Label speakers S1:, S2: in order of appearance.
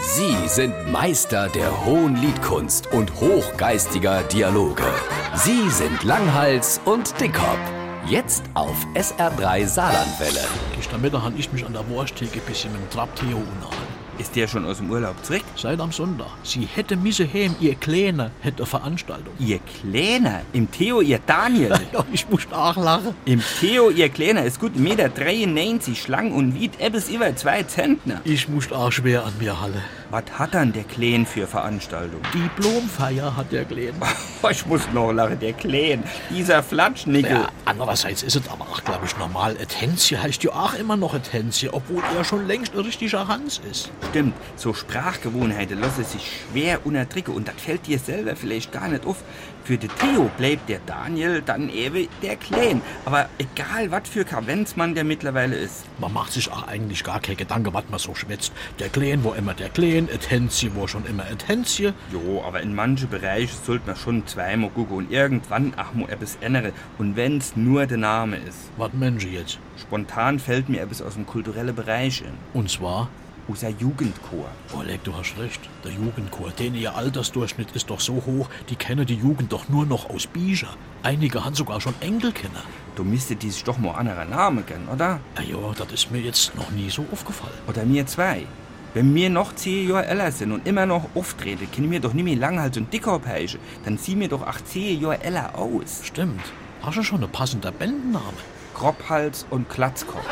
S1: Sie sind Meister der hohen Liedkunst und hochgeistiger Dialoge. Sie sind Langhals und Dickhop. Jetzt auf SR3 Saarlandwelle.
S2: Gestern Mittag habe ich mich an der Wursttheke ein bisschen mit dem Trapptheo unterhalten.
S3: Ist der schon aus dem Urlaub zurück?
S2: Seit am Sonntag. Sie hätte müsse heim, ihr Kleine, hätte eine Veranstaltung.
S3: Ihr Kleiner, im Theo ihr Daniel.
S2: Ja, ich muss auch lachen.
S3: Im Theo ihr Kleiner ist gut 1,93 Meter schlang und wiegt etwas über zwei Zentner.
S2: Ich muss auch schwer an mir halle.
S3: Was hat dann der Kleen für Veranstaltung? Oh,
S2: Diplomfeier hat der Kleine.
S3: Ich muss noch lachen, der Kleen, dieser Flatschnickel.
S2: Ja, andererseits ist es aber auch, glaube ich, normal. Etensje heißt ja auch immer noch Etensje, obwohl er schon längst ein richtiger Hans ist.
S3: Stimmt, so Sprachgewohnheiten lassen sich schwer unterdrücken und das fällt dir selber vielleicht gar nicht auf. Für den Theo bleibt der Daniel dann eben der Kleen. Aber egal, was für Kavenzmann der mittlerweile ist.
S2: Man macht sich auch eigentlich gar keine Gedanken, was man so schwätzt. Der Klein war immer der Klein, Etensje war schon immer Etensje.
S3: Jo, aber in manche Bereiche sollte man schon zweimal gucken und irgendwann ach mo etwas ändern. Und wenn's nur der Name ist.
S2: Was Mensch jetzt?
S3: Spontan fällt mir etwas aus dem kulturellen Bereich ein.
S2: Und zwar,
S3: Unser Jugendchor.
S2: Oleg, du hast recht, der Jugendchor, denn ihr Altersdurchschnitt ist doch so hoch, die kennen die Jugend doch nur noch aus Bija. Einige haben sogar schon Enkelkinder.
S3: Du müsstest dies doch mal anderer Name kennen, oder?
S2: Ah ja, das ist mir jetzt noch nie so aufgefallen.
S3: Oder mir zwei. Wenn wir noch zehn Jahre älter sind und immer noch auftreten, können wir doch nicht mehr Langhals und Dickhop heißen. Dann zieh mir doch acht zehn Jahre älter aus.
S2: Stimmt, hast du schon einen passenden Bandenname?
S3: Kropphals und Glatzkopf.